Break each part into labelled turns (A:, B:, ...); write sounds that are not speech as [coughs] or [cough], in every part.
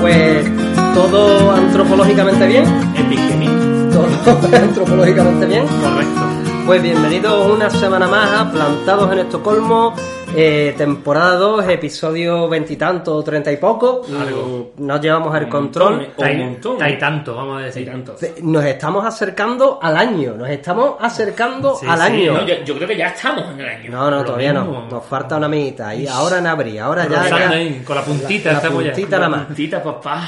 A: pues antropológicamente bien, [laughs]
B: Epic Gaming,
A: todo antropológicamente bien.
B: correcto.
A: Pues bienvenidos una semana más a Plantados en Estocolmo, eh, temporada 2, episodio veintitantos o treinta y poco.
B: Algo.
A: Mm, Nos llevamos el
C: Un
A: control.
C: montón,
B: Hay-
C: un montón.
B: Hay tanto, vamos a
C: Hay
B: decir.
C: tantos.
A: Te- Nos estamos acercando al año, nos estamos acercando
B: Sí,
A: al
B: sí,
A: año.
C: No, yo, yo creo que ya estamos en el año.
A: No, no,
B: Lo
A: todavía no.
B: mismo.
A: Nos falta una amiguita. Y ahora en abril, ahora ya.
B: Rozando
A: ya-
B: ahí, con la puntita
A: la
B: estamos ya.
A: puntita nada más.
C: Tita, papá.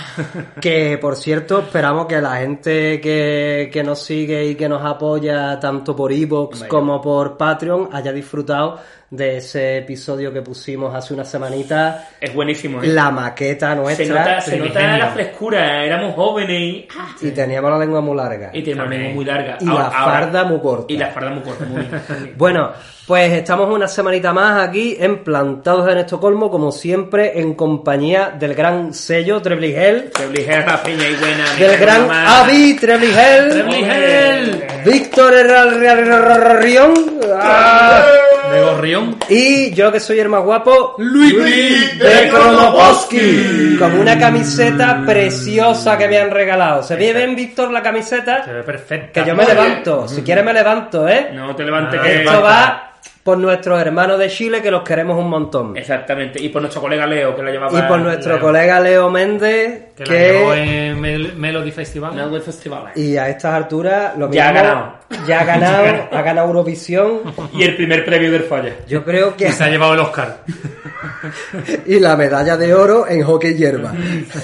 A: Que por cierto, esperamos que la gente que, que nos sigue y que nos apoya tanto por Evox como por Patreon haya disfrutado de ese episodio que pusimos hace una semanita.
C: Es buenísimo. ¿eh?
A: La maqueta
C: se
A: nuestra.
C: nota, se nota
B: primigenio.
C: la frescura. Éramos jóvenes y, ah,
A: Y teníamos la lengua muy larga.
C: y teníamos la
B: También.
C: muy larga.
A: Y la farda muy corta.
C: Y la farda muy corta. Muy bien.
A: Bueno, pues estamos una semanita más aquí en Plantados en Estocolmo, como siempre, en compañía del gran sello Trebligel,
C: Te obligé a la peña y buena. mi
A: del
C: hermano
A: gran
C: más.
A: Avi Trebligel.
B: ¡Trebligel!
A: Víctor Herral- Herral- Herral- Rion Ah.
B: De gorrión.
A: y yo que soy el más guapo,
B: Luis
A: de Kronoboski, con una camiseta preciosa que me han regalado. ¿Se ve bien, Víctor, la
B: Se
A: camiseta?
B: ve perfecta.
A: Que yo me
C: Muy bien.
A: levanto, si quieres me levanto, ¿eh?
C: No te levantes
B: Ah,
C: que...
A: Esto va por nuestros hermanos de Chile que los queremos un montón.
C: Exactamente. Y por nuestro colega Leo, que la llevaba...
A: Y por nuestro
C: Leo.
A: colega Leo Méndez,
B: Que
A: que,
B: la llevó en Mel- Melody Festival.
C: Melbourne Festival. ¿eh?
A: y a estas alturas lo
C: Ya ha
A: mismo,
C: ganado.
A: Ya ha
C: [laughs]
A: ganado, ha ganado Eurovisión.
C: Y el primer premio del
A: [laughs]
C: falla.
A: Yo creo que
B: Y se ha llevado el Oscar.
A: y la medalla de oro en hockey hierba.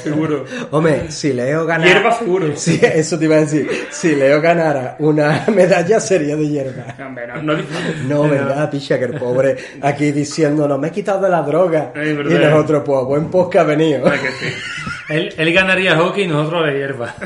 C: Seguro.
A: Hombre, si Leo ganara
C: Hierba seguro.
A: [laughs] Sí, eso te iba a decir. Si Leo ganara una [laughs] medalla sería de hierba.
C: No, hombre, no, no-
A: No, verdad, picha, que el pobre aquí diciéndonos, me he quitado de la droga.
C: Es
A: y
C: verdad.
A: nosotros, pues, a buen post que ha venido.
C: Ay, que sí.
B: Él, él ganaría hockey y nosotros la hierba. [laughs]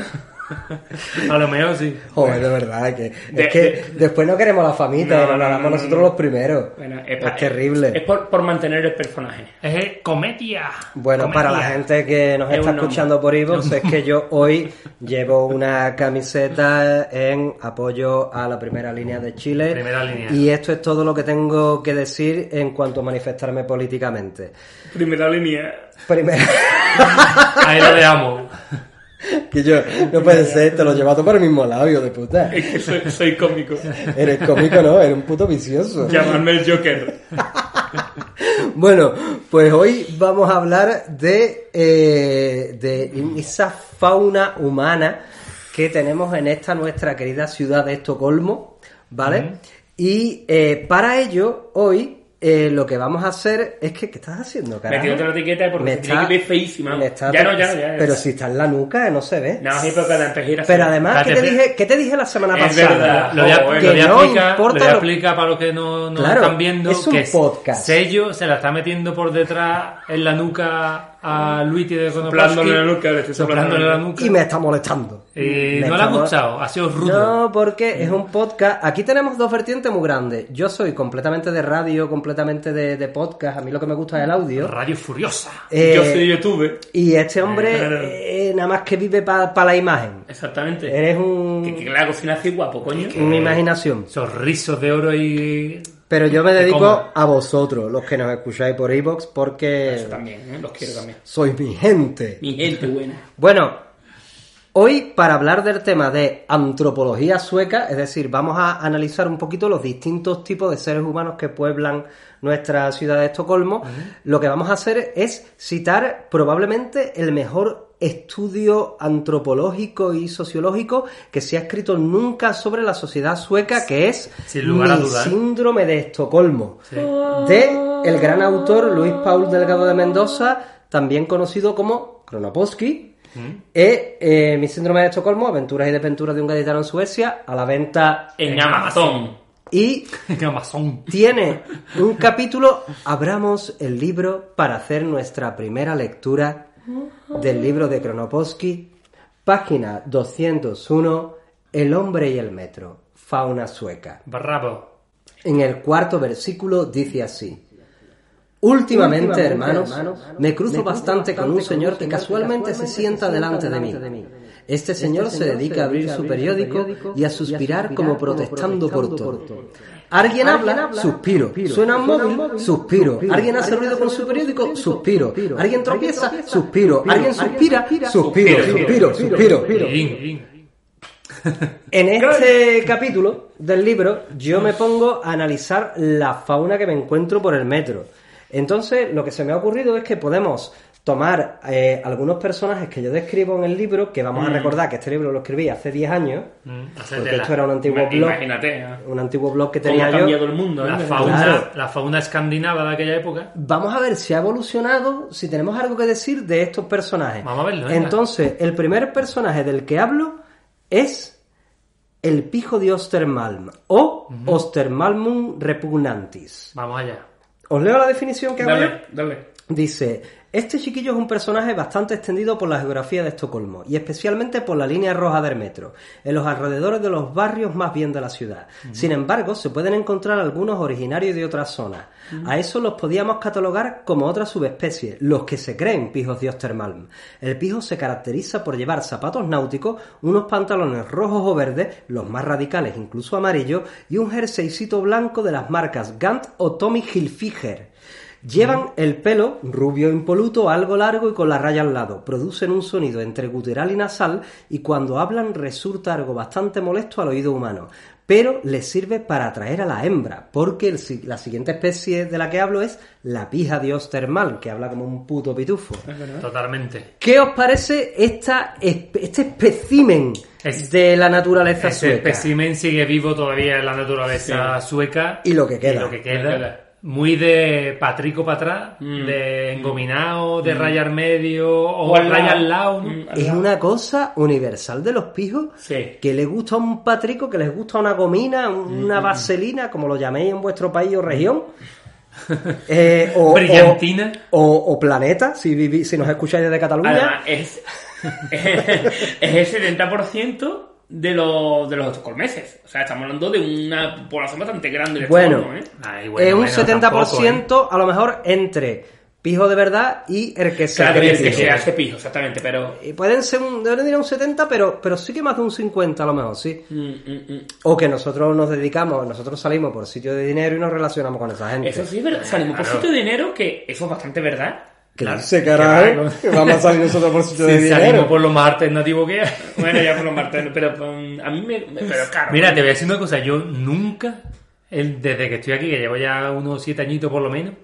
B: A lo mejor sí.
A: [laughs] Joder, de verdad, que,
C: De-
A: es que
C: de-
A: después no queremos la famita,
C: No,
A: nos
C: no,
A: la
C: no,
A: damos
C: no,
A: nosotros
C: no.
A: los primeros.
C: Bueno,
A: es,
C: pa-
A: terrible.
C: Es por, por mantener el personaje.
B: Es eh, comedia.
A: bueno,
B: Comedia.
A: para la gente que nos
C: Es
A: está
C: un nombre.
A: escuchando por Evox, [laughs] es que yo hoy llevo una camiseta en apoyo a la primera línea de Chile.
B: Primera línea.
A: Y esto es todo lo que tengo que decir en cuanto a manifestarme políticamente.
C: Primera línea. [laughs]
A: Primero,
B: Ahí lo dejamos.
A: [laughs] que yo, no puede ser, te lo llevas todo por el mismo labio de puta.
C: Es que soy, soy cómico.
A: Eres cómico, ¿no? Eres un puto vicioso.
C: Llamarme el Joker.
A: [laughs] Bueno, pues hoy vamos a hablar de, eh, de esa fauna humana que tenemos en esta nuestra querida ciudad de Estocolmo, ¿vale? Y eh, para ello, hoy eh, lo que vamos a hacer es que, ¿qué estás haciendo, carajo?
C: Metiéndote la etiqueta porque
A: Me
C: se tiene
A: está-
C: que ver feísima.
A: me está-
C: Ya no, ya no, ya. ya.
A: Pero si está en la nuca, no se ve.
C: No, sí, porque la empejera
A: Pero
C: se-
A: además, ¿qué te,
B: Date-
A: dije, ¿qué te dije la semana
C: Es
A: pasada?
C: verdad.
B: Lo voy a,
C: Oh,
B: lo
C: que
B: voy a
A: no
B: explicar,
A: importa
B: lo voy a
A: lo-
B: explicar para los que no, no
A: Claro,
B: están viendo.
A: es un
B: que
A: podcast.
B: Sello se la está metiendo por detrás en la nuca a Luigi de Konopowski.
C: Soplándole la nuca, le estoy soplando
B: Soplándole
C: la
B: la
C: nuca.
B: nuca.
A: Y me está molestando.
B: Eh,
A: Me
B: no le ha
A: está mol-
B: gustado, ha sido rudo.
A: No, porque es un podcast. Aquí tenemos dos vertientes muy grandes. Yo soy completamente de radio, completamente de, de podcast. A mí lo que me gusta es el audio.
B: Radio Furiosa.
A: Eh,
C: Yo soy YouTube.
A: y este hombre
C: Claro.
A: eh, nada más que vive para la imagen.
C: Exactamente.
A: Eres
C: Que, que
A: un,
C: la cocina así guapo, coño.
A: una imaginación.
B: Esos rizos de oro y.
A: Pero yo me dedico
B: coma.
A: a vosotros, los que nos escucháis por Evox, porque
C: Eso también, ¿eh? los quiero también.
A: sois mi gente.
C: Mi gente
A: [laughs]
C: buena.
A: Bueno, hoy para hablar del tema de antropología sueca, es decir, vamos a analizar un poquito los distintos tipos de seres humanos que pueblan nuestra ciudad de Estocolmo, lo que vamos a hacer es citar probablemente el mejor estudio antropológico y sociológico que se ha escrito nunca sobre la sociedad sueca, que es
B: Sin lugar a
A: Mi
B: dudar.
A: síndrome de Estocolmo
B: Sí.
A: de el gran autor Luis Paul Delgado de Mendoza, también conocido como Kronoposki, e eh, Mi síndrome de Estocolmo, Aventuras y desventuras de un gaditano en Suecia, a la venta
C: En,
B: En [laughs]
C: Amazon.
A: y
B: Amazon.
A: tiene un capítulo Abramos el libro para hacer nuestra primera lectura del libro de Kronoposki, página 201, El hombre y el metro, fauna sueca.
B: Bravo.
A: En el cuarto versículo dice así. Últimamente, hermanos, me cruzo bastante con un señor que casualmente se sienta delante de mí. Este señor se dedica a abrir su periódico y a suspirar como protestando por todo. Alguien habla, suspiro. Suena un móvil, suspiro. Alguien hace ruido con su periódico, suspiro. Alguien tropieza, suspiro. Alguien suspira, suspiro, suspiro, suspiro.
B: Lin, lin.
A: En este capítulo del libro yo me pongo a analizar la fauna que me encuentro por el metro. Entonces lo que se me ha ocurrido es que podemos tomar eh, algunos personajes que yo describo en el libro, que vamos a
C: Mm.
A: recordar que este libro lo escribí hace 10 años,
B: Hacétela.
A: porque esto era un antiguo blog,
C: Imagínate. ¿eh?
A: un antiguo blog que
C: ¿Cómo ha
A: tenía
C: cambiado el
A: yo.
C: mundo?
B: La
C: ¿eh?
B: fauna,
A: Claro.
B: la fauna escandinava de aquella época.
A: Vamos a ver si ha evolucionado, si tenemos algo que decir de estos personajes.
B: Vamos a verlo, venga.
A: Entonces, el primer personaje del que hablo es el pijo de Ostermalm o Ostermalmum repugnantis.
B: Vamos allá.
A: Os leo la definición que hago yo.
C: Dale, dale.
A: Dice, este chiquillo es un personaje bastante extendido por la geografía de Estocolmo y especialmente por la línea roja del metro, en los alrededores de los barrios más bien de la ciudad. Sin embargo, se pueden encontrar algunos originarios de otras zonas. A eso los podíamos catalogar como otra subespecie, los que se creen pijos de Ostermalm. El pijo se caracteriza por llevar zapatos náuticos, unos pantalones rojos o verdes, los más radicales incluso amarillos, y un jerseycito blanco de las marcas Gant o Tommy Hilfiger. Llevan el pelo rubio impoluto, algo largo y con la raya al lado. Producen un sonido entre gutural y nasal y cuando hablan resulta algo bastante molesto al oído humano. Pero les sirve para atraer a la hembra, porque el si- la siguiente especie de la que hablo es la pija de Ostermal, que habla como un puto pitufo.
B: Totalmente.
A: ¿Qué os parece esta, espe- este especimen
B: Es-
A: de la naturaleza
B: Ese
A: sueca?
B: espécimen sigue vivo todavía en la naturaleza sueca.
A: Y lo que queda.
B: Y lo que queda.
C: Lo que queda.
B: Muy de patrico para atrás,
C: Mm.
B: de engominado, de rayar medio, o,
C: al lado.
B: raya al lado. ¿no?
C: Mm, al
A: Es
C: lado.
A: una cosa universal de los pijos
C: Sí.
A: que les gusta un patrico, que les gusta una gomina, una vaselina, como lo llaméis en vuestro país o región. Eh, o,
B: Brillantina.
A: O, o- o planeta, si, vivi- si nos escucháis desde Cataluña.
C: Además, es, [laughs] es el 70% de los, de los estocolmeses. O sea, estamos hablando de una población bastante grande de
A: Bueno.
C: Estocolmo, ¿eh?
B: Ay,
A: es
B: bueno,
A: un
B: bueno,
A: 70%
B: tampoco, ¿eh?
A: a lo mejor entre pijo de verdad y el que se
C: Claro,
A: cree
C: el que
A: pijo.
C: se hace pijo, exactamente, pero...
A: Y Pueden ser un, no diría un 70, pero, pero sí que más de un 50 a lo mejor, sí.
C: Mm, mm, mm.
A: O que nosotros nos dedicamos, nosotros salimos por sitio de dinero y nos relacionamos con esa gente.
C: Eso sí es verdad. Salimos por
B: Claro.
C: sitio de dinero, que eso es bastante verdad.
A: Claro, se caray,
B: claro.
A: que vamos a salir nosotros por [laughs] sitio de
B: Si salimos
A: dinero.
B: por lo más alternativo que hay.
C: Bueno, ya por los martes, pero um, a mí me... me- Pero claro...
B: Mira, te voy a decir una cosa. Yo nunca, el- desde que estoy aquí, que llevo ya unos siete añitos por lo menos,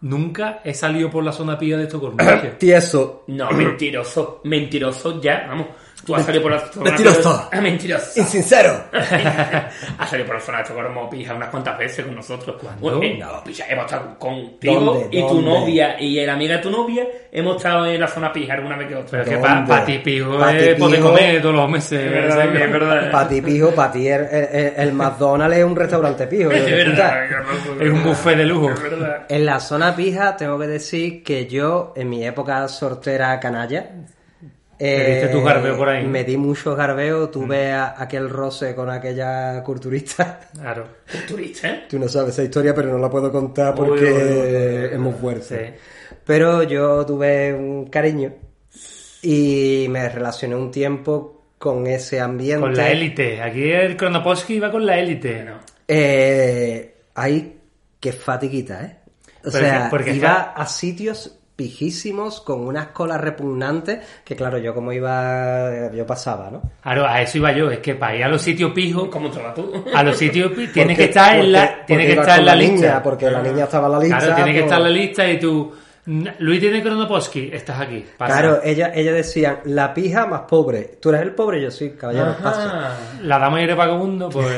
B: nunca he salido por la zona pía de Estocolmo.
A: [coughs]
B: tío.
A: Tieso,
C: No, mentiroso. Mentiroso ya, vamos. Tú has salido por la zona...
A: Mentiroso.
C: Ah, mentiroso.
A: insincero.
C: ha salido por la zona de Estocolmo pija unas cuantas veces con nosotros. Bueno, eh, no, pija, hemos estado contigo
A: ¿Dónde?
C: y tu
A: ¿Dónde?
C: novia y la amiga de tu novia hemos estado en la zona pija alguna vez que
B: Pero
C: otra.
B: es que para
A: ¿Dónde?
B: ti pijo
A: Pa' ti
B: es poder
A: pijo.
B: comer todos los meses.
C: Es verdad,
B: ¿sabes?
C: es verdad.
A: Para ti, pijo, para ti el, el- el McDonald's es un restaurante pijo. hijo
C: Es
A: de
C: verdad,
A: puta.
B: Es un buffet de lujo.
C: Es verdad.
A: En la zona pija tengo que decir que yo, en mi época sortera canalla, eh,
B: Te diste tu garbeo por ahí. Mm.
A: Me di mucho garbeo, tuve a- aquel roce con aquella culturista.
B: Claro.
C: Un turista, ¿eh?
A: Tú no sabes esa historia, pero no la puedo contar porque
B: Uy, uy, uy, uy.
A: es muy fuerte.
B: Sí.
A: Pero yo tuve un cariño y me relacioné un tiempo con ese ambiente.
B: Con la élite. Aquí el Kronoposki iba con la élite.
C: Bueno,
A: Eh, ahí, qué fatiguita, ¿eh? O
B: Pero
A: sea,
B: que- porque
A: iba
B: está-
A: a sitios pijísimos con unas colas repugnantes que, claro, yo como iba, yo pasaba, ¿no?
B: Claro, a eso iba yo. Es que para ir a los sitios pijos,
C: ¿Cómo te vas tú?
B: a los sitios pijos, tienes que
A: Porque-
B: estar en
A: porque-
B: la, tienes
A: porque
B: que
A: iba
B: estar
A: con
B: en la,
A: niña,
B: lista. Ah.
A: Porque la niña estaba en la lista.
B: Claro, tienes que
A: pues-
B: estar en la lista y tú... Luis tiene Kronoposki, estás aquí. pasa.
A: Claro, ella, ella decía, la pija más pobre. Tú eres el pobre, yo soy caballero, paso.
B: La dama y el vagabundo, pues...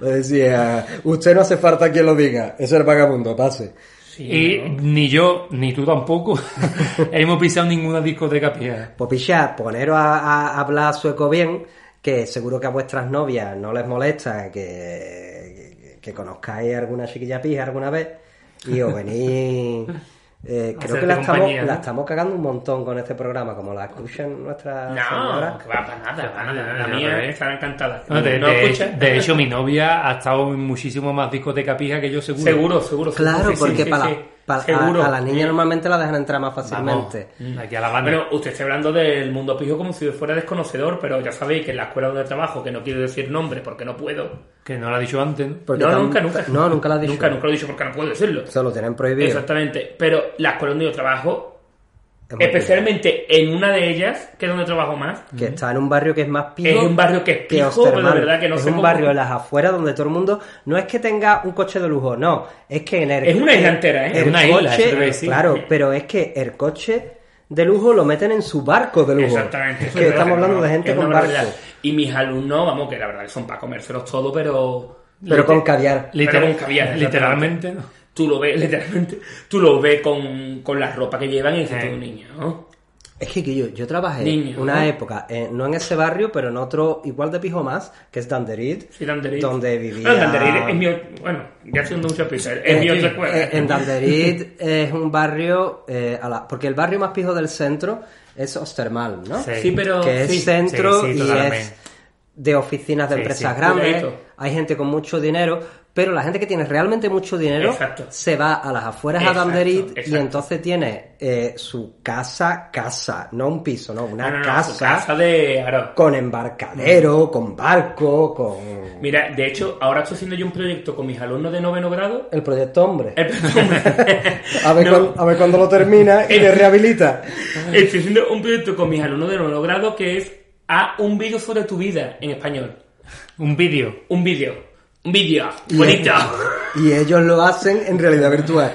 A: Pues decía, usted no hace falta que lo diga, eso es el vagabundo, pase.
C: Sí,
B: y
C: ¿no?
B: ni yo, ni tú tampoco, [laughs] hemos pisado ninguna discoteca pija.
A: Pues picha, poneros a, a hablar sueco bien, que seguro que a vuestras novias no les molesta que, que, que conozcáis alguna chiquilla pija alguna vez y os
B: [laughs]
A: venís... eh, creo que
B: Hacerte
A: la estamos,
B: compañía, ¿no?
A: la estamos cagando un montón con este programa, como la escuchan nuestras
C: No,
A: señoras.
C: que va para nada, para nada. La
B: No,
C: mía
B: pero-
C: estará encantada.
B: No, de,
C: ¿No
B: de-
C: escuchas?
B: de hecho, mi novia ha estado en muchísimo más discoteca pija que yo, seguro.
C: Seguro, seguro. seguro.
A: Claro,
C: Sí, sí,
A: porque
C: sí,
A: para,
C: sí.
A: la- Pa- a-
C: Seguro.
A: A, la niña normalmente la dejan entrar más
B: Vamos,
A: fácilmente.
B: aquí a la banda.
C: Bueno, usted está hablando del mundo pijo como si fuera desconocedor, pero ya sabéis que en la escuela donde trabajo, que no quiero decir nombres porque no puedo.
B: que no lo ha dicho antes. ¿no?
A: Porque
C: no,
A: tam-
C: nunca, nunca.
A: No, nunca la has dicho.
C: Nunca, nunca lo he dicho porque no puedo decirlo.
A: Se lo tienen prohibido.
C: Exactamente. Pero la escuela donde yo trabajo,
A: Es muy
C: especialmente en una de ellas, que es donde trabajo más,
A: pijo. Que está en un barrio que es más pijo.
C: es un barrio que es
A: que
C: pijo, pero
A: Osterman.
C: de verdad que no
A: es
C: sé
A: un
C: cómo-
A: barrio en las afueras donde todo el mundo no es que tenga un coche de lujo, no, es que en el
C: Es una isla entera, ¿eh?
A: el
B: Es una isla,
A: coche-
B: eso te voy a decir.
A: claro, pero es que el coche de lujo lo meten en su barco de lujo.
C: Exactamente.
A: Es
C: eso
A: que
C: es
A: estamos
C: verdad,
A: hablando de
C: no,
A: gente
C: es una
A: con barco,
C: barbaridad. Y mis alumnos, vamos, que la verdad que son para comérselos todo, pero...
A: pero con caviar.
C: Pero con caviar, exactamente.
B: literalmente, ¿no?
C: Tú lo ves, [laughs] literalmente, tú lo ves con, con la ropa que llevan y dices tú, niña, ¿no?
A: Es que Guillo, yo trabajé
C: Niño,
A: una
C: ¿no?
A: época, eh, no en ese barrio, pero en otro igual de pijo más, que es Danderit,
C: Sí, Danderit. [laughs]
A: donde vivía...
C: Bueno, Danderit es mi... Bueno, ya haciendo mucha pizza. Es
A: Eh,
C: mi otra
A: eh,
C: escuela.
A: eh, en Danderit es un barrio, eh, a la- porque el barrio más pijo del centro es Ostermal, ¿no?
B: Sí.
C: Sí, pero...
A: que es
C: sí.
A: centro
B: sí, sí,
A: y
B: totalmente.
A: es de oficinas de
B: Sí,
A: empresas
B: sí,
A: grandes,
C: cuidadito.
A: hay gente con mucho dinero, pero la gente que tiene realmente mucho dinero
C: Exacto.
A: se va a las afueras
C: Exacto,
A: a Danderit y
C: exacto.
A: entonces tiene eh, su casa, casa, no un piso, no, una
C: No, no, no,
A: casa,
C: su casa de Aro.
A: con embarcadero, con barco, con
C: Mira, de hecho, ahora estoy haciendo yo un proyecto con mis alumnos de noveno grado. Eh,
A: el proyecto hombre.
C: El-
A: [laughs] A ver,
C: No,
A: cuán- a ver cuándo lo termina
C: [laughs]
A: y le rehabilita.
C: Estoy haciendo un proyecto con mis alumnos de noveno grado que es a un vídeo sobre tu vida en español.
B: Un vídeo.
C: Un vídeo. Un vídeo.
A: [laughs]
C: Bonito.
A: Y ellos lo hacen en realidad virtual.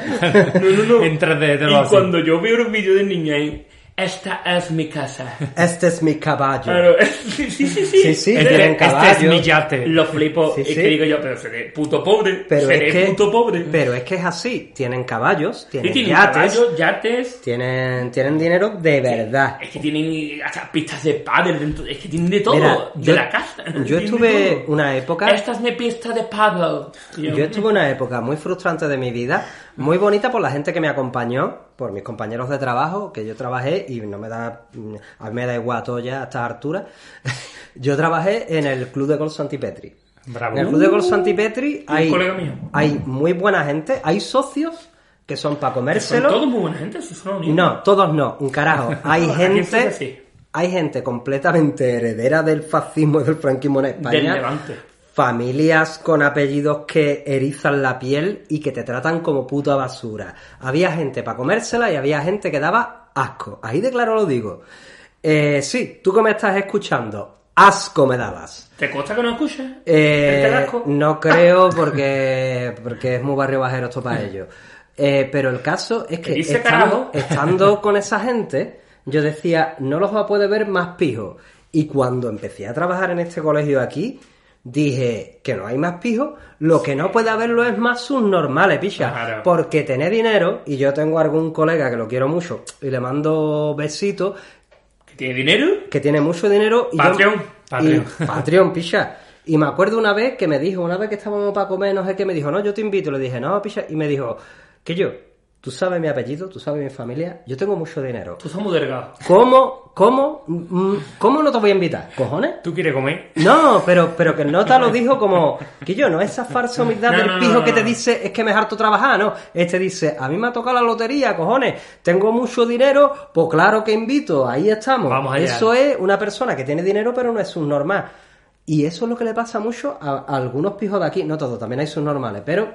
C: No, [laughs] no, no.
B: En 3D te lo
C: y
B: hacen.
C: cuando yo veo un vídeo de niña ahí, esta es mi casa.
A: Este es mi caballo.
C: Claro,
B: [laughs]
C: sí, sí, sí.
A: Sí, sí,
C: De-
A: Este- tienen
B: este es
A: caballo.
B: mi yate.
C: Lo flipo.
A: Sí,
C: es
A: sí.
C: que digo yo, pero seré puto pobre.
A: Pero
C: seré
A: es, que,
C: puto pobre.
A: pero es que es así. Tienen caballos,
C: y
A: tienen
C: tienen
A: yates,
C: caballos, yates.
A: tienen, tienen dinero de verdad.
C: Es que tienen hasta pistas de pádel dentro, es que tienen de todo,
A: Mira,
C: de
A: yo-
C: la casa.
A: Yo
C: tienen de
A: estuve
C: todo.
A: una época.
C: Esta es mi pista de pádel. Y
A: Yo estuve una época muy frustrante de mi vida, muy bonita por la gente que me acompañó, por mis compañeros de trabajo, que yo trabajé y no me da, mm, a mí me da igual todo ya a estas alturas. [laughs] Yo trabajé en el Club de Golf Santipetri. En el
B: Bravo.
C: Uh,
A: Club de Golf Santipetri
C: un
A: hay,
C: colega mío.
A: hay muy buena gente, hay socios que son para
C: Son
A: comérselo.
C: todos muy buena gente, sí, son unidos.
A: No, todos no, un
C: [laughs]
A: carajo. Hay
C: Aquí eso es así.
A: gente, hay gente completamente heredera del fascismo y del franquismo en España.
C: Del Levante.
A: Familias con apellidos que erizan la piel y que te tratan como puta basura. Había gente para comérsela y había gente que daba asco. Ahí de claro lo digo. Eh, sí, tú que me estás escuchando, asco me dabas.
C: ¿Te consta que no escuchas?
A: Eh,
C: ¿El Carrasco?
A: no creo porque, porque es muy barrio bajero esto para ellos. Eh, pero el caso es
C: Que
A: que
C: dice
A: estando,
C: carajo.
A: estando con esa gente, yo decía, no los va a poder ver más pijos. Y cuando empecé a trabajar en este colegio aquí, dije que no hay más pijos, lo que no puede haberlo es más subnormales, picha.
C: Claro.
A: Porque tener dinero, y yo tengo algún colega que lo quiero mucho, y le mando besitos,
C: ¿Que tiene dinero?
A: que tiene mucho dinero. Y yo-
C: Patreon,
A: y-
B: Patreon.
A: [laughs] Patreon, picha. Y me acuerdo una vez que me dijo, una vez que estábamos para comer, no sé qué, me dijo, no, yo te invito. Le dije, no, picha. Y me dijo, que yo, tú sabes mi apellido, tú sabes mi familia, yo tengo mucho dinero.
C: Tú sos muy delgado.
A: ¿Cómo, cómo, mm, cómo no te voy a invitar? ¿Cojones?
B: ¿Tú quieres comer?
A: No, pero, pero que el nota lo dijo como que yo, no esa falsa humildad
C: No,
A: del
C: no, no,
A: pijo
C: no,
A: que te
C: no.
A: dice es que me harto trabajar, no. Este dice, a mí me ha tocado la lotería, cojones, tengo mucho dinero, pues claro que invito, ahí estamos.
B: Vamos allá.
A: Eso es una persona que tiene dinero pero no es un normal. Y eso es lo que le pasa mucho a, a algunos pijos de aquí, no todos, también hay sus normales, pero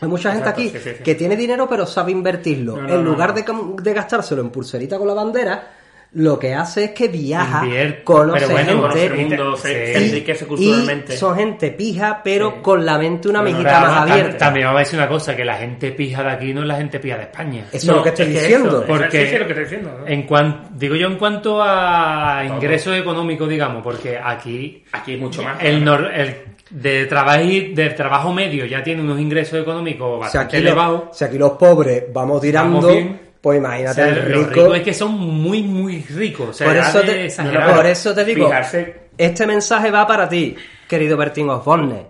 A: hay mucha gente
C: Exacto,
A: aquí
C: sí, sí, sí.
A: que tiene dinero pero sabe invertirlo.
C: No, no,
A: en
C: no,
A: lugar
C: no.
A: de cam- De, gastárselo en pulserita con la bandera, lo que hace es que viaja,
B: Invierte,
A: conoce
B: pero bueno,
A: gente,
C: Conoce el
B: y te-
C: mundo, se,
B: sí.
C: se enriquece culturalmente.
A: y son gente pija, pero con la mente una
C: Bueno,
A: mejita
B: Pero
A: más
B: además, tam-
A: abierta.
B: También vamos a decir una cosa, que la gente pija de aquí no es la gente pija de España.
A: Eso es lo que estoy
C: es
A: diciendo.
C: eso,
B: Porque- Eh,
C: sí, sí, es lo que estoy diciendo. ¿no?
B: En cuan- digo yo en cuanto a ingresos económicos, digamos, porque aquí
C: Aquí es mucho más.
B: el, nor- el de trabajo del trabajo medio ya tiene unos ingresos económicos
A: si,
B: bastante
A: aquí
B: elevados.
A: los, si aquí los pobres vamos tirando,
B: bien.
A: pues
B: O
A: imagínate
B: sea,
A: el
B: los
A: rico.
B: ricos es que son muy, muy ricos. O sea,
A: por,
B: era
A: eso
B: de
A: te,
B: exagerar.
A: por eso te digo,
C: Fijarse.
A: este mensaje va para ti, querido Bertín Osborne.
B: Bueno,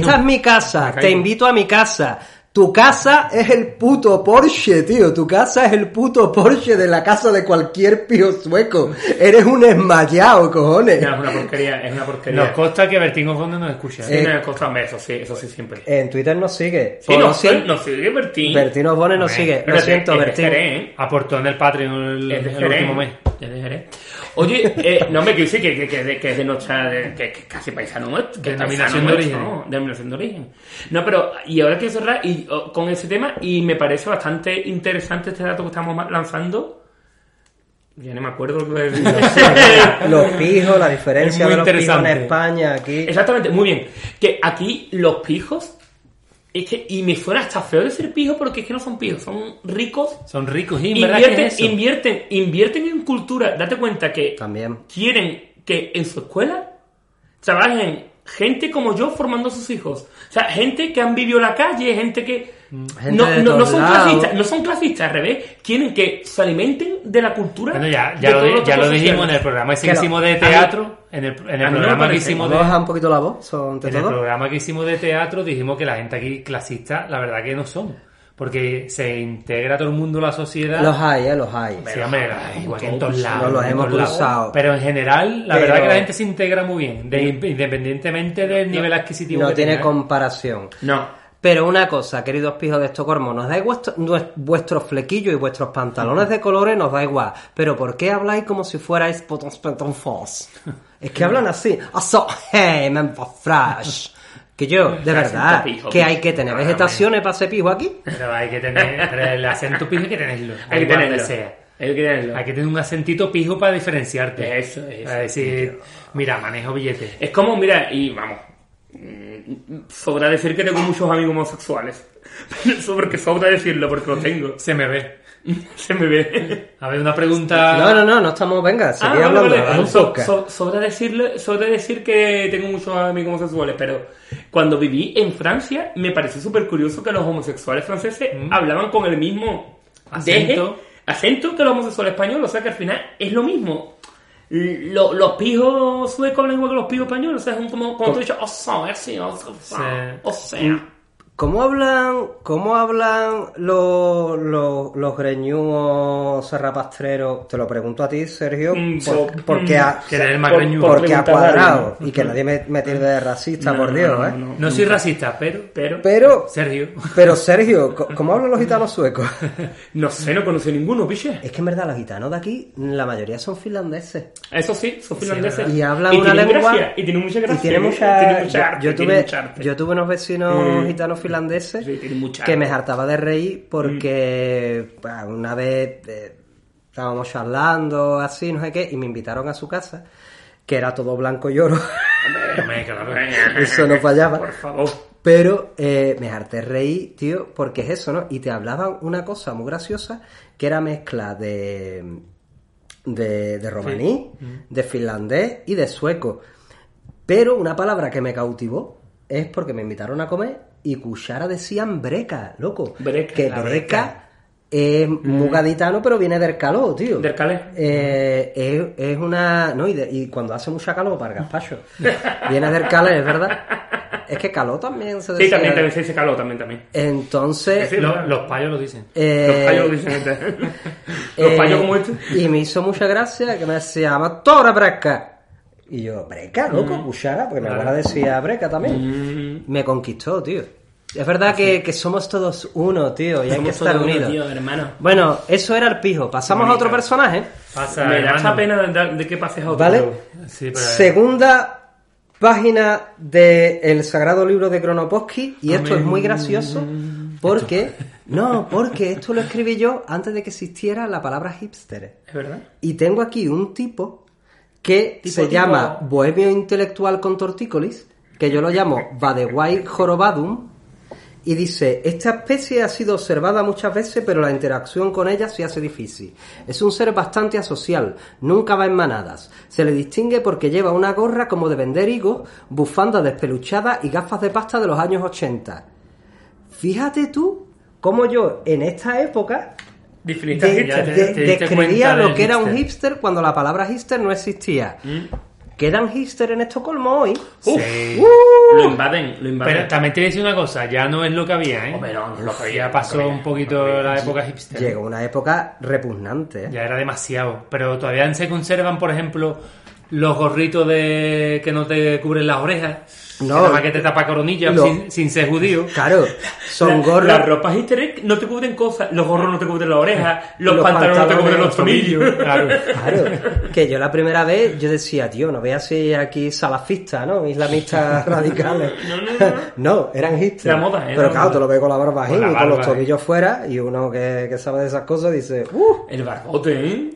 A: Esta es mi casa,
B: me
A: te
B: caigo.
A: invito a mi casa. Tu casa es el puto Porsche, tío. Tu casa es el puto Porsche de la casa de cualquier pío sueco. Eres un esmayado, cojones.
C: No, es una porquería, es una porquería.
B: Nos eh, consta que Bertín Osborne nos escucha.
C: Sí, nos costan eso sí, eso sí siempre.
A: En Twitter nos sigue.
C: Sí,
A: Por
C: no,
A: lo cien-
C: no sigue Bertín.
A: Bertín Osborne nos sigue. Lo
C: Espérate,
A: siento,
C: es de
A: Bertín.
C: Jerez, ¿eh?
B: Aportó en el Patreon el,
C: Es de
B: el
C: Jerez.
B: último mes.
C: Es de Jerez. Oye, eh, no me quiero decir que, que, que, que es de nuestra. de- que, que es casi paisano nuestro. Que es
B: Denominación
C: paisano
B: de
C: nuestro,
B: origen.
C: ¿no? Denominación de origen. No, pero. Y ahora quiero cerrar y, oh, con ese tema y me parece bastante interesante este dato que estamos ma- lanzando. Ya [laughs] no me acuerdo lo que iba a
A: [laughs]
C: decir.
A: Los pijos, la diferencia
B: Es muy
A: de los pijos en
B: interesante.
A: España, aquí.
C: Exactamente, muy bien. Que aquí los pijos. Es que, y me suena hasta feo de ser pijo porque es que no son pijos, son ricos.
B: Son ricos, ¿y en verdad que
C: Invierten,
B: es eso?
C: invierten, invierten en cultura. Date cuenta que
A: También.
C: quieren que en su escuela trabajen gente como yo formando a sus hijos. O sea, gente que han vivido la calle, gente que...
A: gente
C: no,
A: de
C: no- no
A: todos
C: son
A: lados.
C: clasistas, no son clasistas, al revés. Quieren que se alimenten de la cultura.
B: Bueno, ya,
C: de
B: ya, lo,
C: todos
B: di-
C: los
B: ya lo
C: otros
B: dijimos en
C: sociales.
B: el programa ese
A: Que
B: que
A: no.
B: hicimos de teatro, en el, en el
C: a mí no me
B: programa que
C: parece.
B: hicimos de,
A: ¿Vamos a bajar un poquito la voz ante
B: en el
A: todo?
B: programa que hicimos de teatro dijimos que la gente aquí clasista, la verdad que no son, porque se integra todo el mundo en la sociedad.
A: Los hay, eh, los hay.
B: Sí, hombre, ay, igual que en todos lados.
A: No los
B: en
A: hemos
B: todos lados.
A: cruzado.
B: Pero en general, la
A: Pero-
B: verdad que la gente se integra muy bien, de- independientemente del nivel adquisitivo
A: No
B: que ¿eh?
A: tiene
B: tenga.
A: comparación.
C: No,
A: Pero una cosa, queridos pijos de Estocolmo, nos dais vuestro- nues- vuestros flequillos y vuestros pantalones de colores, nos da igual. Pero ¿por qué habláis como si fuerais Foss? Es que hablan así. Aso, hey, men, pa' frash. Que yo, de verdad,
C: pijo,
A: que
C: pijo. Ah,
A: hay que tener vegetaciones para ser pijo aquí.
B: Pero hay que tener, pero el acento pijo hay que tenerlo.
C: hay que
B: igual donde
C: tenerlo.
B: sea.
C: Hay que tenerlo.
B: Hay que tener un acentito pijo para diferenciarte.
C: Eso, eso.
B: Para decir, mira, manejo billetes.
C: Es como, mira, y vamos. mm, Sobra decir que tengo muchos amigos homosexuales. [laughs] Pero eso porque sobra decirlo, porque los tengo.
B: Se me ve.
C: [laughs] Se me
B: [laughs]
C: ve.
B: A ver, una pregunta.
A: No, no, no, no estamos, venga,
C: Ah,
A: seguí
C: vale,
A: hablando.
C: vale.
A: es un
C: So-
A: podcast.
C: so- sobra, decirle, sobra decir que tengo muchos amigos homosexuales, pero cuando viví en Francia me pareció súper curioso que los homosexuales franceses
A: Mm.
C: hablaban con el mismo
B: Acento.
C: deje- acento que los homosexuales españoles, o sea que al final es lo mismo. Lo- los pijos suecos hablan igual que los pijos españoles, o sea, es un como cuando tú dices, "Oh, eh, o sea, es así, o sea, o oh, sea.
A: ¿Cómo hablan, cómo hablan los, los, los greñudos serrapastreros? Te lo pregunto a ti, Sergio,
C: Mm,
A: por-
C: so-
A: porque a,
B: Que eres el más
C: Por-
B: greñudo.
C: por-
A: porque a
C: preguntar a
A: cuadrado.
C: alguien.
A: Y que nadie me, me tire de racista,
C: No,
A: por
C: no,
A: Dios,
C: no,
A: ¿eh?
C: no,
B: No soy racista, pero.
C: Pero,
A: Pero,
B: Sergio. [laughs]
A: pero Sergio, co-
C: [laughs]
A: ¿cómo hablan los gitanos suecos? [laughs]
C: no sé, no conocí ninguno, piche.
A: Es que en verdad los gitanos de aquí, la mayoría son finlandeses.
C: Eso sí, son finlandeses.
A: ¿verdad? Y hablan una
C: tienen
A: lengua-
C: gracia, y tienen mucha
A: Y
C: gracia.
A: tiene mucha...
C: tienen mucha
A: yo-
C: arte,
A: yo,
C: tienen
A: tuve,
C: mucha arte.
A: yo tuve unos vecinos
C: Mm.
A: gitanos finlandeses
C: Sí, tienen mucha
A: que me
C: arte. Mm.
A: hartaba de reír porque bah, una vez eh, estábamos charlando, así, no sé qué, y me invitaron a su casa, que era todo blanco y oro, [laughs]
B: Hombre, claro.
A: eso no fallaba.
C: Por favor.
A: Pero eh, me harté de reír, tío, porque es eso, ¿no? Y te hablaban una cosa muy graciosa, que era mezcla de, de, de romaní, Mm. de finlandés y de sueco. Pero una palabra que me cautivó es porque me invitaron a comer y cuchara decían breca, loco.
C: Breca,
A: que
C: la
A: breca, es muy gaditano, pero viene del calor, tío.
C: Mm. Del calé.
A: Eh, es, es una. No, y, de- y cuando hace mucha calor, para el gazpacho. viene del calé, es verdad. Es que calor también se
C: Sí,
A: decía.
C: también, también se dice calor, también, también.
A: Entonces.
C: Sí,
B: Lo- los payos lo dicen.
A: eh,
C: Los payos lo dicen.
A: [laughs]
C: gente. Los
A: eh,
C: payos como este.
A: Y me hizo mucha gracia que me decía, Tora Breca. Y yo, Breca, loco, cuchara, porque mi abuela decía Breca también.
C: Mm, Ah,
A: Me conquistó, tío. Es verdad que, que somos todos uno, tío, y hay que
C: somos
A: estar
C: todos uno,
A: unidos.
C: tío, hermano.
A: Bueno, eso era el pijo. Pasamos a otro personaje,
B: Pasa.
C: Me da
B: hermano.
C: esta pena de, de que pases a otro.
A: ¿vale?
B: Sí, pero. eh,
A: Segunda página del el Sagrado Libro de Kronoposki, y esto es muy gracioso porque, no, porque esto lo escribí yo antes de que existiera la palabra hipster.
C: Es verdad.
A: Y tengo aquí un tipo que
C: Tipo,
A: se
C: tipo.
A: llama Bohemio Intelectual con Tortícolis, que yo lo
C: [laughs]
A: llamo Badewai Jorobadum, y dice, esta especie ha sido observada muchas veces, pero la interacción con ella se hace difícil. Es un ser bastante asocial, nunca va en manadas. Se le distingue porque lleva una gorra como de vender higos, bufanda despeluchada y gafas de pasta de los años 80. Fíjate tú cómo yo en esta época
C: Definiste
A: de-
C: hipster.
B: te-
A: de-
B: te diste
A: describía
B: cuenta
A: lo
B: del
A: que era un
B: hipster. Mm.
A: hipster cuando la palabra hipster no existía. ¿Quedan hipster en Estocolmo hoy?
C: Uf,
B: Sí.
C: Lo invaden, lo invaden.
B: Pero también te voy a decir una cosa, ya no es lo que había, ¿eh?
C: Hombre, no, no es lo que había,
B: ya
C: no
B: pasó
C: lo que había,
B: un poquito
C: no lo que había.
B: la época hipster.
A: Llegó una época repugnante. ¿eh?
B: Ya era demasiado. Pero todavía se conservan, por ejemplo, los gorritos de que no te cubren las orejas.
A: No.
B: No. Que nada más que te tapa coronilla
A: No.
B: sin, sin ser judío.
A: Claro, son
B: [laughs]
C: La-
A: gorros.
C: Las ropas easter egg no te cubren cosas. Los gorros no te cubren las orejas. Los,
A: Los
C: pantalones no te
A: pantalones,
C: cubren los
A: los
C: tomillos.
B: Claro.
A: Claro, que yo la primera vez yo decía, tío, no veas si aquí salafistas, ¿no?
B: [laughs]
A: Islamistas radicales.
C: No, no, no, no.
A: No, eran hipster.
C: Era moda, era
A: Pero claro,
C: moda.
A: te lo veo con la barba
B: ¿eh? Con
A: ahí
B: la
A: y con los
B: barba, ¿eh?
A: tobillos fuera y uno que, que sabe de esas cosas dice, ¡uh!
C: [laughs] El barbote, ¿eh?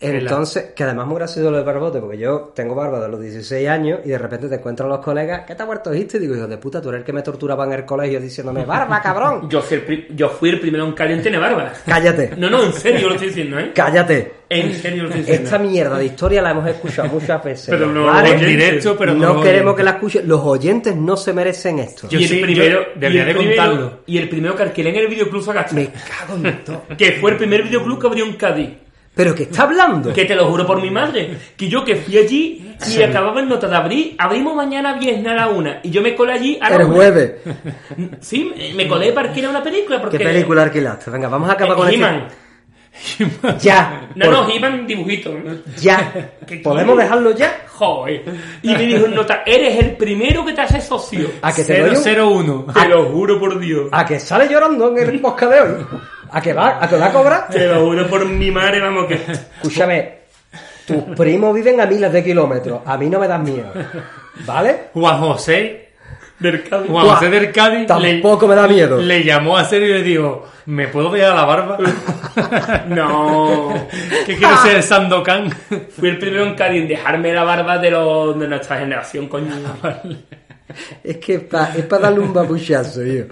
A: Entonces, que además es muy gracioso lo del barbote, porque yo tengo barba de los 16 años y de repente te encuentran los colegas, ¿qué te ha muerto hipster? Y digo, hijo de puta, tú eres el que me torturaba en el colegio diciéndome, ¡barba,
C: [laughs]
A: cabrón!
C: Yo fui el, pri- yo fui el primero en Cali en tener barba.
A: ¡Cállate!
C: No, no, en serio lo estoy diciendo, ¿eh?
A: ¡Cállate!
C: En serio lo estoy diciendo.
A: Esta mierda de historia la hemos escuchado muchas veces.
C: Pero
A: Los
C: no,
A: bares,
B: En directo, pero con
A: no
B: los
A: queremos
B: oyentes.
A: que la escuchen. Los oyentes no se merecen esto.
B: Yo
C: y el
B: sí, yo
C: primero,
B: debería
C: y el
B: de
C: primero-
B: contarlo.
C: Y el primero que alquilé en el videoclub fue Gacha.
A: Me cago en todo.
C: [laughs] Que fue el primer videoclub que abrió en Cádiz.
A: ¿Pero qué está hablando?
C: Que te lo juro por mi madre. Que yo que fui allí y acababa el nota de abril. Abrimos mañana viernes a la una. Y yo me colé allí a la
A: El
C: una.
A: jueves.
C: Sí, me- me colé para alquilar una película. Porque
A: ¿Qué película alquilaste? Venga, vamos a acabar con
C: Eh,
A: esto.
C: He-Man.
A: Ya.
C: No,
A: Por-
C: no, He-Man dibujito.
A: Ya.
C: ¿Qué
A: ¿Podemos
C: quieres?
A: dejarlo ya?
C: Joder. Y me dijo el nota, eres el primero que te hace socio.
A: [laughs] A que te doy un-
B: 001.
C: Te lo juro por Dios.
A: A que sale llorando en el podcast de hoy. A que va, a que va a cobrar.
C: Te lo juro por mi madre, vamos que.
A: Escúchame. Tus primos viven a miles de kilómetros. A mí no me das miedo. ¿Vale?
B: Juan José,
C: Del cable.
B: Juan José del Cádiz le,
A: Tampoco me da miedo.
B: le llamó a serio y le dijo, ¿me puedo quedar la barba? [laughs]
C: No.
B: que quiero
A: Ah.
B: ser Sandokan.
C: Fui el primero en Cádiz en dejarme la barba de, los, de nuestra generación, coño.
A: Ah, Es que es para darle un babuchazo, tío.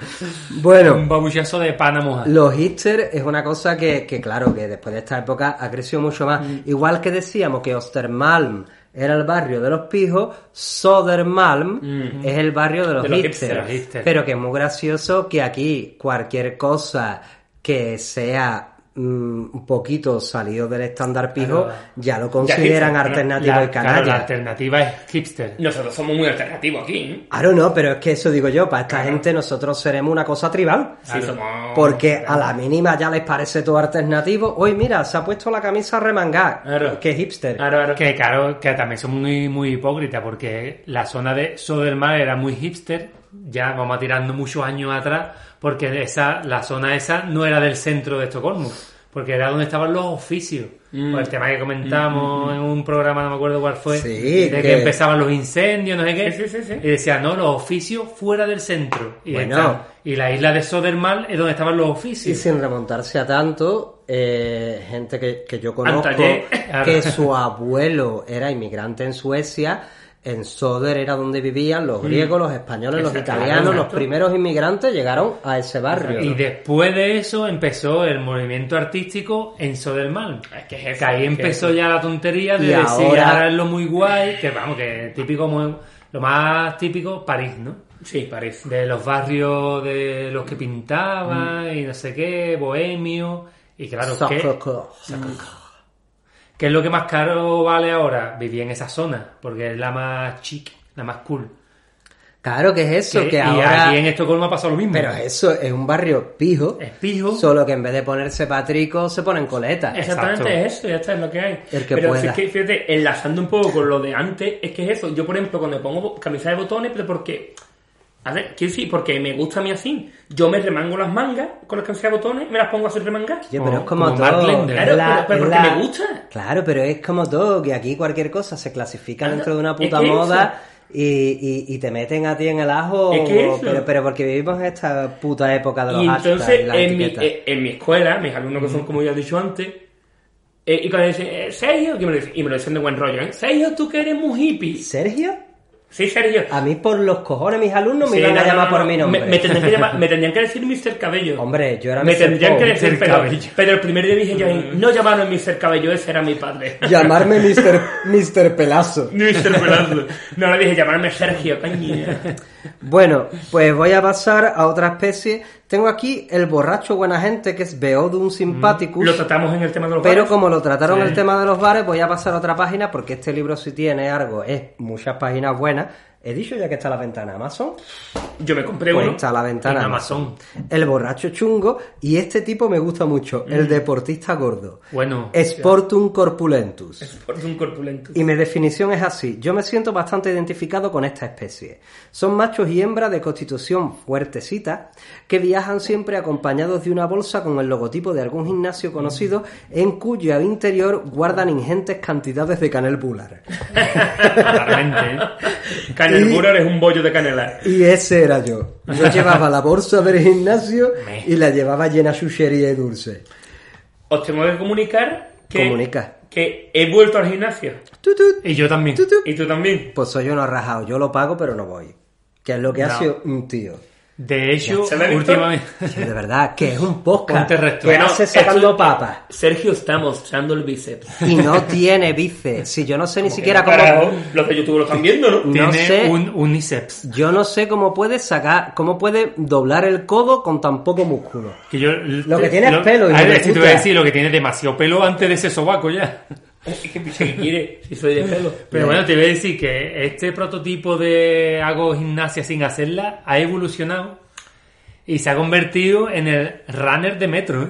A: Bueno.
B: Un babuchazo de pana mojada.
A: Los hipster es una cosa que, que, claro, que después de esta época ha crecido mucho más. Igual que decíamos que Ostermalm era el barrio de los pijos, Sodermalm es el barrio de los,
C: De los
A: hipster.
C: hipsters,
B: hipster.
A: Pero que es muy gracioso que aquí cualquier cosa que sea mm, un poquito salido del estándar pijo,
B: Claro.
A: ya lo consideran
C: hipster, ¿no?
A: alternativo y
B: La- claro, la
A: canalla.
B: alternativa es hipster.
C: Nosotros somos muy alternativos aquí, ¿eh?
A: Ahora no, pero es que eso digo yo, para esta gente nosotros seremos una cosa tribal.
C: Sí, somos.
A: Porque
B: Oh,
A: a la mínima ya les parece todo alternativo. Hoy mira, se ha puesto la camisa remangada.
C: Claro.
A: Que hipster.
B: Ah,
C: Claro, claro.
B: Que claro, que también son muy, muy hipócritas porque la zona de Sodermal era muy hipster, ya vamos a tirando muchos años atrás, porque esa, la zona esa no era del centro de Estocolmo, porque era donde estaban los oficios. Por el tema que comentamos en un programa, no me acuerdo cuál fue,
A: Sí,
B: de que...
A: que-
B: empezaban los incendios, no sé qué,
C: Sí, sí, sí, sí.
B: y decían, no, los oficios fuera del centro. Y,
A: Bueno.
B: están- y la isla de Sodermal es donde estaban los
A: Y
B: oficios.
A: sin remontarse a tanto, eh, gente que, que yo conozco,
C: Antañé.
A: que su abuelo era inmigrante en Suecia, en Soder era donde vivían
B: Mm.
A: los griegos, los españoles, los
C: Exacto,
A: italianos, los
C: exacto.
A: primeros inmigrantes llegaron a ese barrio.
B: Y después de eso empezó el movimiento artístico en Sodermalm.
C: Es que es eso,
B: Que ahí
C: es que
B: empezó
C: es
B: ya la tontería de
A: Y
B: decir,
A: ahora-
B: ahora... es lo muy guay, que vamos, que típico, muy- lo más típico, París, ¿no?
C: Sí, parece.
B: De los barrios de los que pintaban
A: Mm.
B: y no sé qué, bohemio. Y claro, ¿qué,
A: Sococo.
B: qué es lo que más caro vale ahora? Vivir en esa zona, porque es la más chic, la más cool.
A: Claro que es eso,
B: Que-
A: que,
B: y
A: ahora...
B: aquí en Estocolmo ha pasado lo mismo.
A: Pero eso es un barrio pijo,
B: es pijo.
A: solo que en vez de ponerse patrico se ponen coletas.
C: Exactamente es eso, ya está, es lo que hay.
A: El que
C: pero
A: pueda.
C: es que, fíjate, enlazando un poco con lo de antes, es que es eso. Yo, por ejemplo, cuando me pongo camisa de botones, pero porque. A ver, quiero decir, porque me gusta a mí así. Yo me remango las mangas con las camisas de botones, me las pongo así remangadas.
A: Oye, pero es como,
B: Como
A: todo.
B: Mark Lender.
A: es
C: Claro,
A: la-
C: ¿eh? pero- pero
A: es
C: porque
A: la-
C: me gusta.
A: Claro, pero es como todo, que aquí cualquier cosa se clasifica
C: Anda,
A: dentro de una
C: Ah, es
A: puta
C: que
A: moda y, y- y te meten a ti en el ajo.
C: Es que
A: o-
C: eso.
A: pero, pero porque vivimos en esta puta época de los
C: Y
A: hashtags
C: entonces,
A: y las
C: en mi,
A: etiquetas.
C: eh, en mi escuela, mis alumnos que son, como ya he dicho antes, eh, y cuando dicen, eh, Sergio, que me lo dicen- y me lo dicen de buen rollo, ¿eh? Sergio, tú que eres muy hippie.
A: ¿Sergio?
C: Sí, Sergio.
A: A mí por los cojones mis alumnos me
C: Sí,
A: iban a
C: no, no,
A: llamar
C: no,
A: por
C: no.
A: mi nombre.
C: Me, me tendrían que llamar- me tendrían que decir Mr.
A: [laughs]
C: Cabello.
A: Hombre, yo era
C: me
A: Mr.
C: tendrían que
A: Poe.
C: decir
B: Mr.
C: pero,
B: Cabello.
C: pero el primer día dije yo,
A: Mm.
C: no llamaron Mr. Cabello, ese era
A: [laughs]
C: mi padre.
A: [laughs]
C: [laughs]
A: Llamarme Mr. Mr. Pelazo.
C: Mr. Pelazo. No le dije llamarme Sergio, coño.
A: Bueno, pues voy a pasar a otra especie Tengo aquí el borracho buena gente, que es Beodum Simpaticus.
C: Mm, Lo tratamos en el tema de los
A: Pero
C: bares.
A: como lo trataron
B: Sí.
A: el tema de los bares, voy a pasar a otra página porque este libro sí tiene algo, es muchas páginas buenas. He dicho ya que está a la ventana Amazon.
C: Yo me compré
A: Pues
C: uno.
A: está a la ventana
B: en
A: Amazon.
B: Amazon.
A: El borracho chungo y este tipo me gusta mucho, el deportista gordo. [laughs]
B: Mm. Bueno,
A: Eh. Sportum corpulentus.
C: Por un corpulento.
A: Y mi definición es así. Yo me siento bastante identificado con esta especie. Son machos y hembras de constitución fuertecita que viajan siempre acompañados de una bolsa con el logotipo de algún gimnasio conocido en cuyo interior guardan ingentes cantidades de canel bular.
B: totalmente. ¿eh?
C: Canel
A: Y-
C: Buller es un bollo de canela.
A: Y ese era yo.
B: [laughs]
A: Yo llevaba la bolsa del gimnasio y la llevaba llena de chuchería y dulce.
C: Os tengo que comunicar que.
A: Comunica.
C: Que he vuelto al gimnasio.
A: Tutut,
B: Y yo también.
A: tutut.
C: Y tú también.
A: Pues soy uno rajado. Yo lo pago, pero no voy. Que es lo que
B: No.
A: hace un tío.
B: De hecho,
C: ¿Se ve, Víctor?
B: últimamente.
A: Que de verdad, que es un podcast.
B: Ponte recto.
A: Que
B: Bueno,
A: hace sacando
C: esto-
A: papas.
C: Sergio está mostrando el bíceps.
A: Y
B: [laughs]
A: no tiene bíceps. Si yo no sé ni siquiera
C: Carajo,
A: cómo.
C: Los de YouTube lo están viendo, ¿no?
A: No
B: Tiene
A: sé.
B: un uniceps.
A: Yo no sé cómo puede sacar, cómo puede doblar el codo con tan poco músculo.
B: Que yo,
A: Lo que tiene es pelo, hijo
B: A
A: de
B: ver, si te
A: puta.
B: voy a decir lo que tiene demasiado pelo antes de ese sobaco ya.
C: ¿Qué picha que quiere? Si soy de pelo.
B: Pero bueno, te voy a decir que este prototipo de hago gimnasia sin hacerla ha evolucionado y se ha convertido en el runner de metro ¿eh?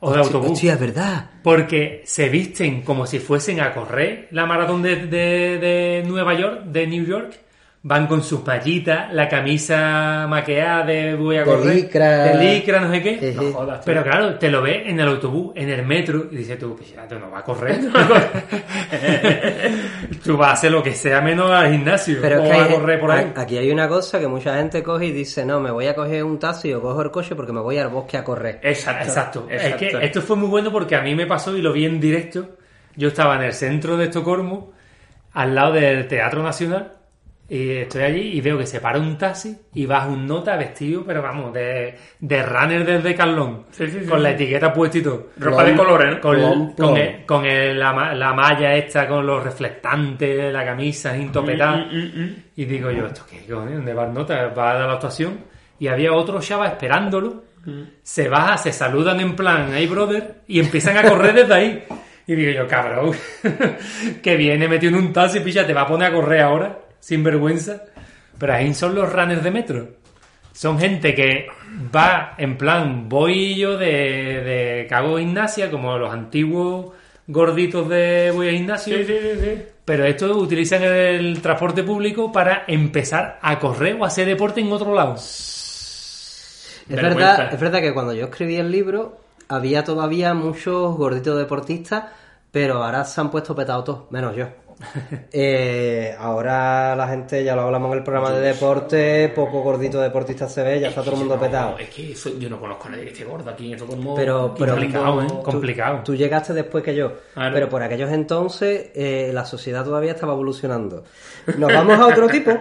B: o de autobús.
A: Hostia, es verdad.
B: Porque se visten como si fuesen a correr la maratón de, de- de Nueva York, de New York. Van con sus mallitas, la camisa maqueada de voy
A: De
B: a correr.
A: licra.
B: De licra, no sé qué.
A: Ejé.
B: No jodas, tío. Pero claro, te lo ves en el autobús, en el metro, y dices tú, "Pues ya, tú no vas a correr. tú no vas a [laughs] correr". tú vas a hacer lo que sea menos al gimnasio.
A: Pero
B: o
A: es que
B: a
A: hay-
B: correr por ahí.
A: a- aquí hay una cosa que mucha gente coge y dice: No, me voy a coger un taxi o cojo el coche porque me voy al bosque a correr.
C: Exacto.
B: Exacto.
C: exacto.
B: Es que esto fue muy bueno porque a mí me pasó y lo vi en directo. Yo estaba en el centro de Estocolmo, al lado del Teatro Nacional, y estoy allí y veo que se para un taxi y baja un nota vestido, pero vamos, de, de runner desde Carlón,
C: Sí, sí, sí,
B: con la
C: sí.
B: etiqueta puesta y todo.
C: Ropa de colores, ¿no?
B: Con,
A: Plom, plom.
B: con el- con el- la, ma- la malla esta, con los reflectantes, la camisa intopetada.
C: Mm, mm, mm.
B: Y digo yo, ¿esto qué coño? ¿Dónde va el nota? Va a dar la actuación. Y había otro chava esperándolo. Se baja, se saludan en plan, hey brother, y empiezan a correr desde ahí. Y digo yo, cabrón, [laughs] que viene metido en un taxi, picha, te va a poner a correr ahora, sin vergüenza. Pero ahí son los runners de metro. Son gente que va en plan, voy yo de, de Cago Ignacia, como los antiguos gorditos de Voy a Ignacio.
C: Sí, sí, sí, sí.
B: Pero estos utilizan el transporte público para empezar a correr o hacer deporte en otro lado.
A: Es
C: Vergüenza.
A: verdad, es verdad que cuando yo escribí el libro había todavía muchos gorditos deportistas, pero ahora se han puesto petados todos, menos
C: [laughs]
A: yo. Eh, ahora la gente, ya lo hablamos en el programa de deporte, poco gordito deportista se ve, ya está todo el mundo
C: No,
A: petado.
C: Es que eso- yo no conozco a nadie que esté gordo aquí en Estocolmo.
A: Pero, pero
B: complicado, ¿eh?
A: tú-
B: Complicado.
A: Tú llegaste después que yo.
C: Claro.
A: Pero por aquellos entonces eh, la sociedad todavía estaba evolucionando. Nos vamos a otro
C: [laughs]
A: tipo.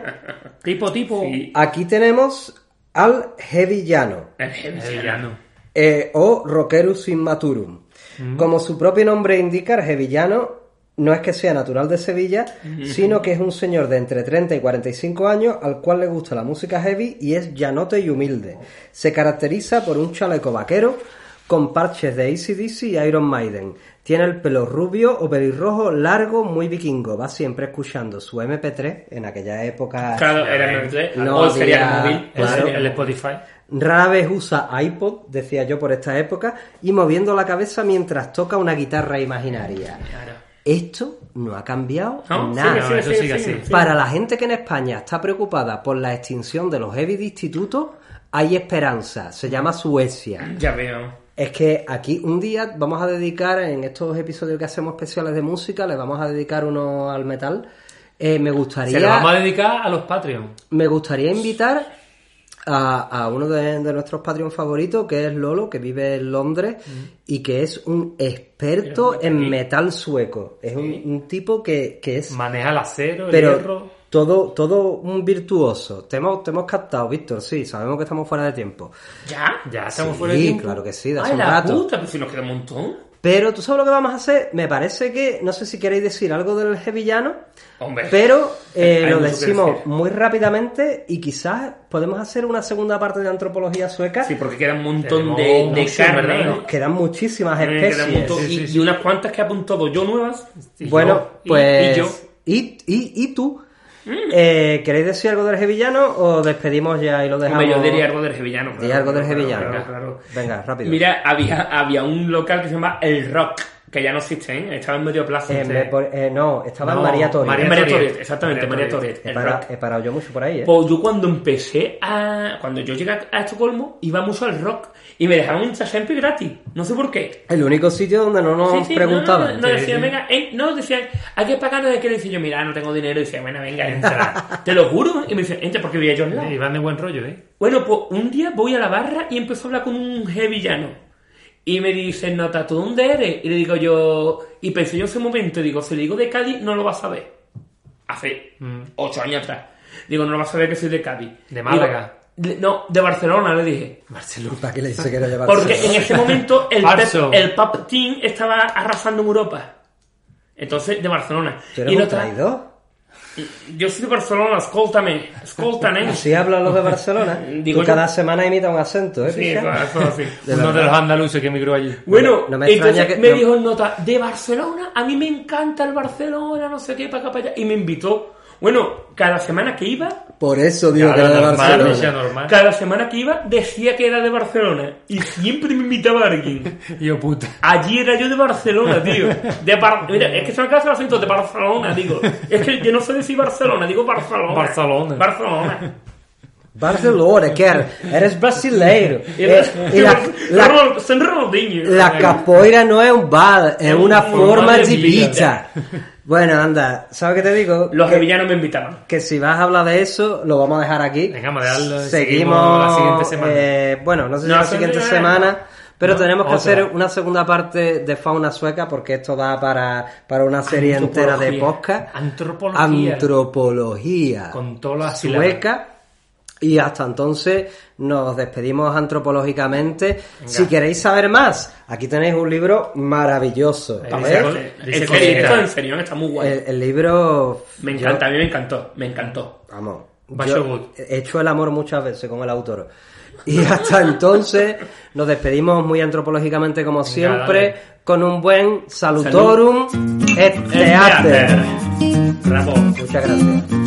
B: Tipo, tipo.
C: Sí.
A: Aquí tenemos al Hevillano.
B: El villano.
A: eh, o Roquerus Immaturum.
C: Mm-hmm.
A: Como su propio nombre indica, Argevillano no es que sea natural de Sevilla,
C: Mm-hmm.
A: sino que es un señor de entre 30 y 45 años al cual le gusta la música heavy y es llanote y humilde. Se caracteriza por un chaleco vaquero con parches de ACDC y Iron Maiden. Tiene el pelo rubio o pelirrojo largo, muy vikingo. Va siempre escuchando su MP3 en aquella época.
C: Claro, era el MP3.
A: No
C: o sería
A: había-
C: el móvil. o
A: Claro.
B: El,
C: sería
B: el
C: el móvil.
B: Spotify.
A: Rara vez usa iPod, decía yo por esta época, y moviendo la cabeza mientras toca una guitarra imaginaria.
C: Claro.
A: Esto no ha cambiado
C: No,
A: nada.
C: sigue,
B: sí, eso
C: sigue,
B: sigue
C: sigue,
B: así.
C: sigue.
A: Para la gente que en España está preocupada por la extinción de los heavy de instituto, hay esperanza. Se llama Suecia.
C: Ya veo.
A: Es que aquí un día vamos a dedicar, en estos episodios que hacemos especiales de música, le vamos a dedicar uno al metal. Eh, me gustaría...
B: Se lo vamos a dedicar a los Patreon.
A: Me gustaría invitar a, a uno de, de nuestros Patreon favoritos, que es Lolo, que vive en Londres y que es un experto en metal sueco. Es un, un tipo que, que es...
B: Maneja el acero, el
A: Pero
B: hierro.
A: todo, todo un virtuoso. Te hemos, te hemos captado, Víctor, sí, sabemos que estamos fuera de tiempo.
C: ¿Ya?
B: Ya estamos
A: Sí,
B: fuera de tiempo.
A: claro que sí, de hace
C: Ay,
A: un
C: la
A: rato.
C: puta, pero si nos queda un montón.
A: Pero tú sabes lo que vamos a hacer. Me parece que, no sé si queréis decir algo del villano,
C: Hombre.
A: pero eh,
C: Hay
A: lo
C: mucho que
A: decimos
C: decir.
A: muy rápidamente y quizás podemos hacer una segunda parte de antropología sueca.
C: Sí, porque queda un montón
B: Tenemos
C: de, de
B: mucho,
C: carne,
B: ¿verdad?
C: ¿no?
A: Nos quedan muchísimas
C: Eh, queda un
A: especies.
C: montón.
B: sí,
C: y,
B: sí,
C: y
B: sí.
C: unas cuantas que he apuntado yo nuevas.
B: Y
A: bueno,
B: yo,
C: y-
A: pues.
C: y yo. Mm.
A: y- y- y tú? Eh, ¿Queréis decir algo del villano o despedimos ya y lo dejamos?
C: Hombre, yo diría algo del Jevillano.
A: Di algo del villano.
C: Claro, claro.
A: Venga, rápido.
C: Mira, había, había un local que se llama El Rock, que ya no existe, ¿eh? estaba en medio plaza.
A: Eh,
C: sí.
A: me por- eh, no, estaba
B: No,
A: María Torres.
C: María,
B: María
C: Toret,
B: Toret.
C: exactamente,
B: María
C: María
B: Toret.
C: Toret,
A: He,
C: El
A: parado,
C: Rock.
A: he parado yo mucho por ahí, ¿eh?
C: Pues yo cuando empecé a... Cuando yo llegué a Estocolmo, iba mucho al rock y me dejaban un siempre gratis. No sé por qué.
A: El único sitio donde no nos
C: Sí, sí,
A: preguntaban.
C: No, no, no,
B: Sí,
C: decían,
B: sí.
C: venga, eh, no, decían, hay que pagar, no sé qué. Decía yo, mira, no tengo dinero. Y decían, bueno, venga,
B: [laughs]
C: entra. Te lo juro. Y me dicen, entra, porque vivía yo al lado.
B: Y van de buen rollo, ¿eh?
C: Bueno, pues un día voy a la barra y empezó a hablar con un villano. Y me dice, Nota, ¿tú dónde eres? Y le digo yo, y pensé yo en ese momento, digo, si le digo de Cádiz, no lo vas a saber. Hace ocho años atrás. Digo, no lo vas a saber que soy de Cádiz.
B: Mm. De Málaga.
C: Digo, de- no, de Barcelona, le dije.
B: Barcelona.
A: ¿Para qué le dice que era de
C: Porque
A: Barcelona?
C: en ese momento el,
B: Barso.
C: pep- el pub team estaba arrasando en Europa. Entonces, de Barcelona.
A: ¿Tú eres
C: Y
A: un
C: Nota,
A: traidor?
C: Yo soy de Barcelona, escóltame,
A: [laughs]
C: escóltame.
A: Así hablan los de Barcelona.
C: [laughs] Digo
A: Tú
C: yo-
A: cada semana imitas un acento, ¿eh?
C: Sí,
A: Picha?
C: eso, eso sí.
B: Uno de los andaluces que migró allí.
C: Bueno,
A: No me extraña
C: entonces
A: que-
C: me
A: no-
C: dijo en nota, de Barcelona, a mí me encanta el Barcelona, no sé qué, para acá, para allá, y me invitó. Bueno, cada semana que iba,
A: Por eso digo que
B: Claro,
A: era de
B: normal,
A: Barcelona.
B: Picha, normal.
C: cada semana que iba, decía que era de Barcelona, y siempre me invitaba a alguien.
B: Y yo, puta.
C: Allí era yo de Barcelona, tío. De Bar- Mira, es que son casi los acentos de Barcelona, digo. Es que yo no sé decir Barcelona, digo Barcelona.
B: Barcelona.
C: Barcelona.
A: Barcelona, que eres- eres brasileiro.
C: Y
A: Eh, y la, la-
C: Ronald- San Ronaldinho.
A: la capoeira no es un bar, es una
C: un
A: forma
C: forma
A: de
C: de
A: vida. Bueno, anda, ¿sabes qué te digo?
C: Los
A: Que-
C: sevillanos me invitaban.
A: que si vas a hablar de eso, lo vamos a dejar aquí.
B: Venga, vamos a dejarlo,
A: Seguimos.
B: seguimos la siguiente semana.
A: eh, bueno, no sé si
C: No,
A: la
C: eso
A: siguiente
C: no es-
A: semana. Pero
B: No,
A: tenemos que
B: otra.
A: hacer una segunda parte de fauna sueca porque esto da para, para una serie entera de
B: Antropología.
A: podcast.
B: Antropología.
A: Antropología.
B: Con todas las sílabas.
A: sueca. Y hasta entonces nos despedimos antropológicamente. Si queréis saber más, aquí tenéis un libro maravilloso.
B: Ahí
A: A
B: dice
A: ver,
B: algo-
C: En
B: Dice
C: serio,
B: cosita.
C: esto en serio, está muy guay.
A: el, el libro...
C: Me
A: yo-
C: encanta, a mí me encantó, me encantó.
A: Vamos.
B: Basho
A: yo
B: Good.
A: he hecho el amor muchas veces con el autor. [laughs] Y hasta entonces nos despedimos muy antropológicamente como siempre
B: dale. Este
A: con un buen salutorum et
C: El
A: teater.
C: Eh, Bravo.
A: Muchas gracias.